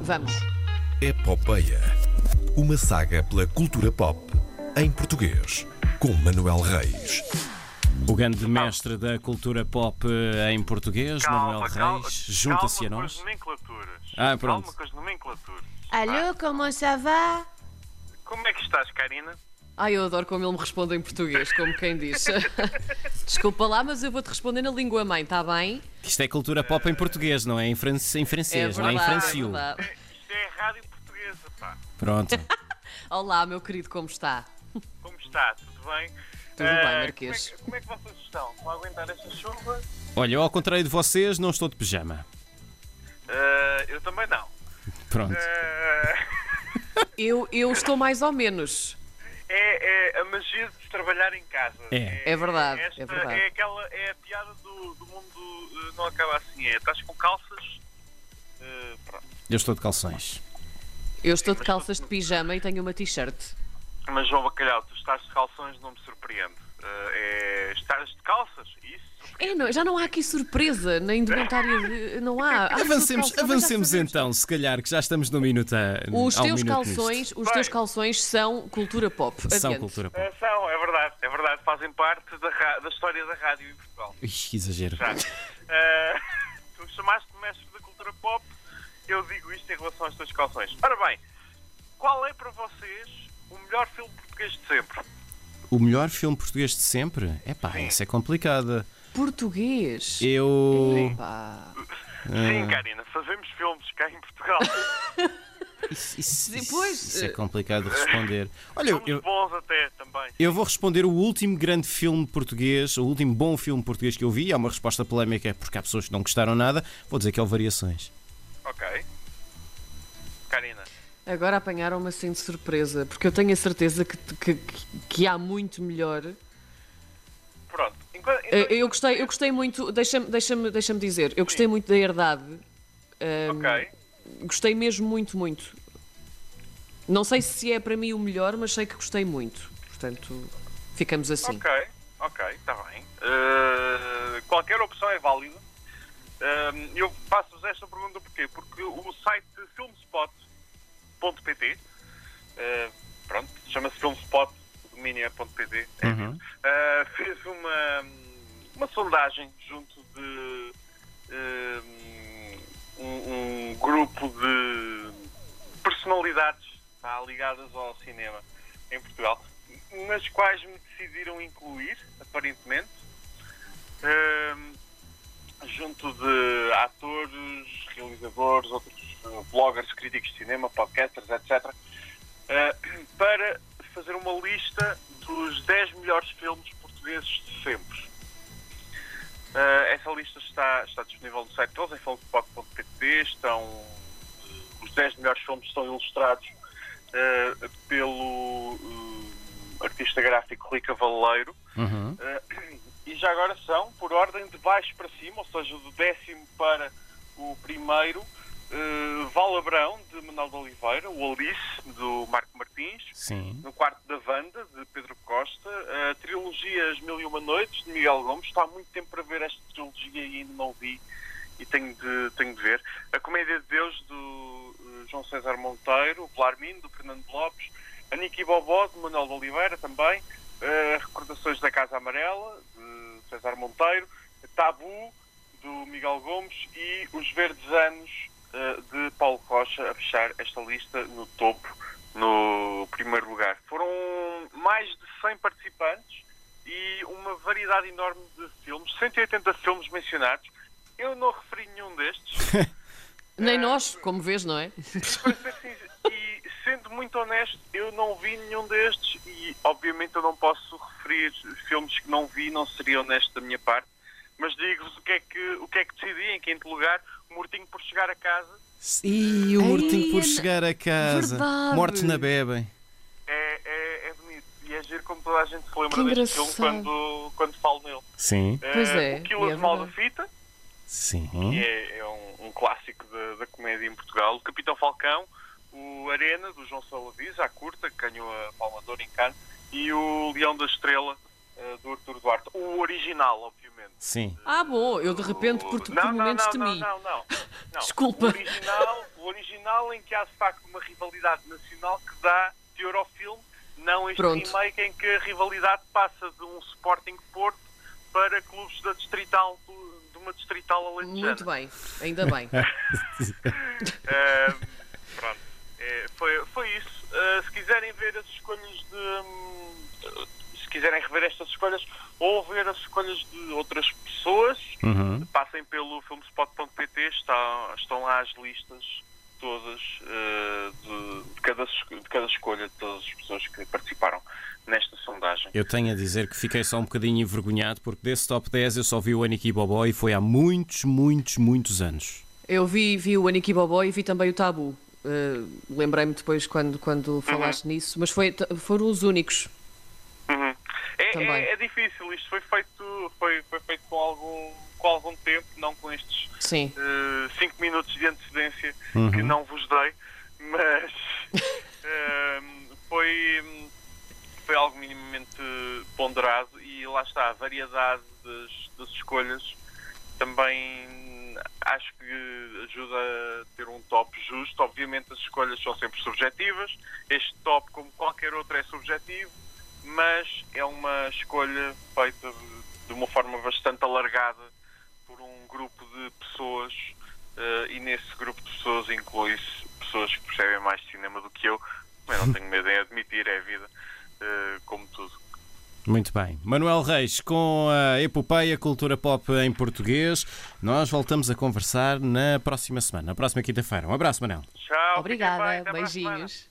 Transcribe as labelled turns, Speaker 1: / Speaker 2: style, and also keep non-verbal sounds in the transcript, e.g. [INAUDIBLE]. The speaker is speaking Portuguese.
Speaker 1: Vamos.
Speaker 2: Epopeia. Uma saga pela cultura pop em português, com Manuel Reis.
Speaker 3: O grande mestre da cultura pop eh, em português, Manuel Reis, junta-se a
Speaker 4: calma
Speaker 3: nós.
Speaker 4: Com as nomenclaturas.
Speaker 3: Ah, pronto.
Speaker 4: Calma com as nomenclaturas.
Speaker 1: Alô, como ça va?
Speaker 4: Como é que estás, Karina?
Speaker 1: Ai, eu adoro como ele me responde em português, como quem diz. [LAUGHS] Desculpa lá, mas eu vou-te responder na língua mãe, está bem?
Speaker 3: Isto é cultura pop em português, não é? Em, fran- em francês, não é? Em
Speaker 1: é
Speaker 3: franciu.
Speaker 1: verdade.
Speaker 4: Isto é rádio portuguesa, pá.
Speaker 3: Pronto.
Speaker 1: Olá, meu querido, como está?
Speaker 4: Como está? Tudo bem?
Speaker 1: Tudo
Speaker 4: Ah,
Speaker 1: bem, Marquês.
Speaker 4: Como é, que, como é que vocês estão? Vão aguentar esta chuva?
Speaker 3: Olha, eu, ao contrário de vocês, não estou de pijama.
Speaker 4: Ah, eu também não.
Speaker 3: Pronto.
Speaker 4: Ah,
Speaker 1: Eu, eu estou mais ou menos.
Speaker 4: é, é a magia de trabalhar em casa.
Speaker 3: É.
Speaker 1: É verdade, é
Speaker 4: esta
Speaker 1: verdade.
Speaker 4: É, aquela, é a piada do, do mundo ah, não acaba assim. É, estás com calças. ah, pronto.
Speaker 3: Eu estou de calções.
Speaker 1: Eu estou de calças de pijama e tenho uma t-shirt.
Speaker 4: Mas João Bacalhau, tu estás de calções não me surpreende. Ah, é, estás de calças? Isso?
Speaker 1: É, não, já não há aqui surpresa na indumentária de. Não há. Ah, estou
Speaker 3: Avancemos,
Speaker 1: de calção, mas já
Speaker 3: avancemos
Speaker 1: sabemos.
Speaker 3: então, se calhar, que já estamos no minuto a,
Speaker 1: Os
Speaker 3: ao
Speaker 1: teus
Speaker 3: minuto nisto.
Speaker 1: calções, os teus
Speaker 4: Bem.
Speaker 1: calções são cultura pop.
Speaker 3: São
Speaker 1: Adiante.
Speaker 3: cultura pop.
Speaker 4: É, São, é verdade, é verdade, fazem parte da, ra- da história da rádio em Portugal.
Speaker 3: Ixi, exagero.
Speaker 4: [LAUGHS] Já. Eh, [LAUGHS] tu chamaste-me mestre da cultura pop, eu digo isto em relação às tuas calções. Ora bem, qual é para vocês o melhor filme português de sempre?
Speaker 3: Ah. O melhor filme português de sempre? Epá, isso é complicada.
Speaker 1: Português.
Speaker 3: Eu.
Speaker 1: Pá.
Speaker 4: Sim, Karina, fazemos filmes cá em
Speaker 3: [LAUGHS]
Speaker 4: Portugal.
Speaker 3: Isso, isso- isso-
Speaker 1: Depois,
Speaker 3: isso é
Speaker 1: eh,
Speaker 3: complicado de responder. Olha, eu,
Speaker 4: Somos bons até também.
Speaker 3: Eu vou responder o último grande filme português, o último bom filme português que eu vi. Há uma resposta polémica é porque há pessoas que não gostaram nada. Vou dizer que é o Variações.
Speaker 4: Ok. Karina.
Speaker 1: Agora apanharam-me assim de surpresa, porque eu tenho a certeza que, que, que- que há muito melhor.
Speaker 4: Pronto. Enquanto-
Speaker 1: Eh, Eu gostei, eu gostei muito, deixa-me deixa deixa dizer, eu gostei muito da herdade. Ahm,
Speaker 4: Ok.
Speaker 1: Gostei mesmo muito, muito. Não sei se é para mim o melhor, mas sei que gostei muito. Portanto, ficamos assim.
Speaker 4: Ok, ok, está bem. Eh, qualquer opção é válida. Eh, eu faço-vos esta pergunta porquê? Porque o site filmspot.pt eh, pronto, chama-se filmspot, o domínio é .pt, é
Speaker 3: Uhum.
Speaker 4: eh, fez uma, uma sondagem junto de eh, um, um grupo de personalidades tá, ligadas ao cinema em Portugal, nas quais me decidiram incluir, aparentemente, eh, junto de atores, realizadores, outros eh, bloggers, críticos de cinema, podcasters, etc. Uh, para fazer uma lista dos 10 melhores filmes portugueses de sempre. Uh, essa lista está, está disponível no site deles, em filmspot.pt. Estão, uh, os 10 melhores filmes estão ilustrados uh, pelo uh, artista gráfico Rui Cavaleiro.
Speaker 3: Uhum.
Speaker 4: Uh, e já agora são, por ordem de baixo para cima, ou seja, do décimo para o primeiro, uh, Valabrão, de Manuel de Oliveira, o Alice, do Marco Martins,
Speaker 3: Sim.
Speaker 4: no quarto da Vanda, de Pedro Costa, a trilogia As Mil e Uma Noites, de Miguel Gomes, está há muito tempo para ver esta trilogia e ainda não vi e tenho de, tenho de ver. A Comédia de Deus, do eh, João César Monteiro, o Blarmino, do Fernando Lopes, a Niki Bobó, de Manuel de Oliveira também, eh, Recordações da Casa Amarela, de César Monteiro, Tabu, do Miguel Gomes e Os Verdes Anos, eh, de Paulo Rocha, a fechar esta lista no topo, no primeiro lugar. Foram mais de 100 participantes e uma variedade enorme de filmes, 180 filmes mencionados. Eu não referi nenhum destes. [LAUGHS]
Speaker 1: Nem nós, como vês, não é?
Speaker 4: Para ser sincero, e sendo muito honesto, eu não vi nenhum destes e obviamente eu não posso referir filmes que não vi, não seria honesto da minha parte, mas digo-vos o que é que o que é que decidi em quinto lugar, Mortinho por chegar a casa.
Speaker 3: E o
Speaker 1: Ei,
Speaker 3: mortinho por
Speaker 1: Ana-
Speaker 3: chegar a casa.
Speaker 1: Verdade.
Speaker 3: Morte na bebem.
Speaker 4: É, é, é bonito e é giro como toda a gente se lembra
Speaker 1: Que
Speaker 4: deste filme
Speaker 1: engraçado.
Speaker 4: quando, quando falo nele.
Speaker 3: Sim.
Speaker 4: Eh,
Speaker 1: Pois é,
Speaker 4: o Quilo
Speaker 1: e é
Speaker 4: de Mal da
Speaker 1: verdade.
Speaker 4: Fita,
Speaker 3: Sim.
Speaker 4: que é, é um, um clássico da, da comédia em Portugal, o Capitão Falcão, o Arena, do João Salavis, à curta, que ganhou a Palma de Ouro em Cannes, e o Leão da Estrela, eh, do Arturo Duarte. O original, obviamente.
Speaker 3: Sim.
Speaker 1: Ah, bom, eu de repente por, por momentos
Speaker 4: não,
Speaker 1: temi.
Speaker 4: Não, não,
Speaker 1: [LAUGHS]
Speaker 4: não, não.
Speaker 1: Desculpa.
Speaker 4: O original, o original em que há de facto uma rivalidade nacional que dá de Eurofilm, não este
Speaker 1: Pronto.
Speaker 4: remake em que a rivalidade passa de um Sporting Porto para clubes da distrital, do- de uma distrital alentejana.
Speaker 1: Muito bem, ainda bem.
Speaker 4: Ahm, pronto. É, foi, foi isso. Ah, se quiserem ver as escolhas de. hum, se quiserem rever estas escolhas ou ver as escolhas de outras pessoas, passem pelo filmspot.pt, está, estão lá as listas todas ah, de, de cada, es- de cada escolha de todas as pessoas que participaram nesta sondagem.
Speaker 3: Eu tenho a dizer que fiquei só um bocadinho envergonhado porque desse top 10 eu só vi o Aniki Bobó e foi há muitos, muitos, muitos anos.
Speaker 1: Eu vi, vi o Aniki Bobó e vi também o Tabu. Eh, Lembrei-me depois quando, quando falaste nisso, mas foi, t- foram os únicos.
Speaker 4: Uhum. É,
Speaker 1: Também.
Speaker 4: é- é difícil, isto foi feito, foi, foi feito com, algum, com algum tempo, não com estes
Speaker 1: Sim.
Speaker 4: 5 eh, minutos de antecedência que não vos dei, mas ehm, foi, hum, foi algo minimamente ponderado e lá está, a variedade das, das escolhas também hum, acho que ajuda a ter um top justo. Obviamente as escolhas são sempre subjetivas, este top, como qualquer outro, é subjetivo, mas é uma escolha feita de- de uma forma bastante alargada por um grupo de pessoas eh, e nesse grupo de pessoas inclui-se pessoas que percebem mais de cinema do que eu. Eu
Speaker 1: [LAUGHS]
Speaker 4: não tenho medo em admitir, é a vida, eh, como tudo.
Speaker 3: Muito bem. Manuel Reis, com a epopeia cultura pop em português, nós voltamos a conversar na próxima semana, na próxima quinta-feira. Um abraço, Manuel.
Speaker 4: Tchau, fiquem bem,
Speaker 1: Obrigada,
Speaker 4: até para a semana.
Speaker 1: beijinhos.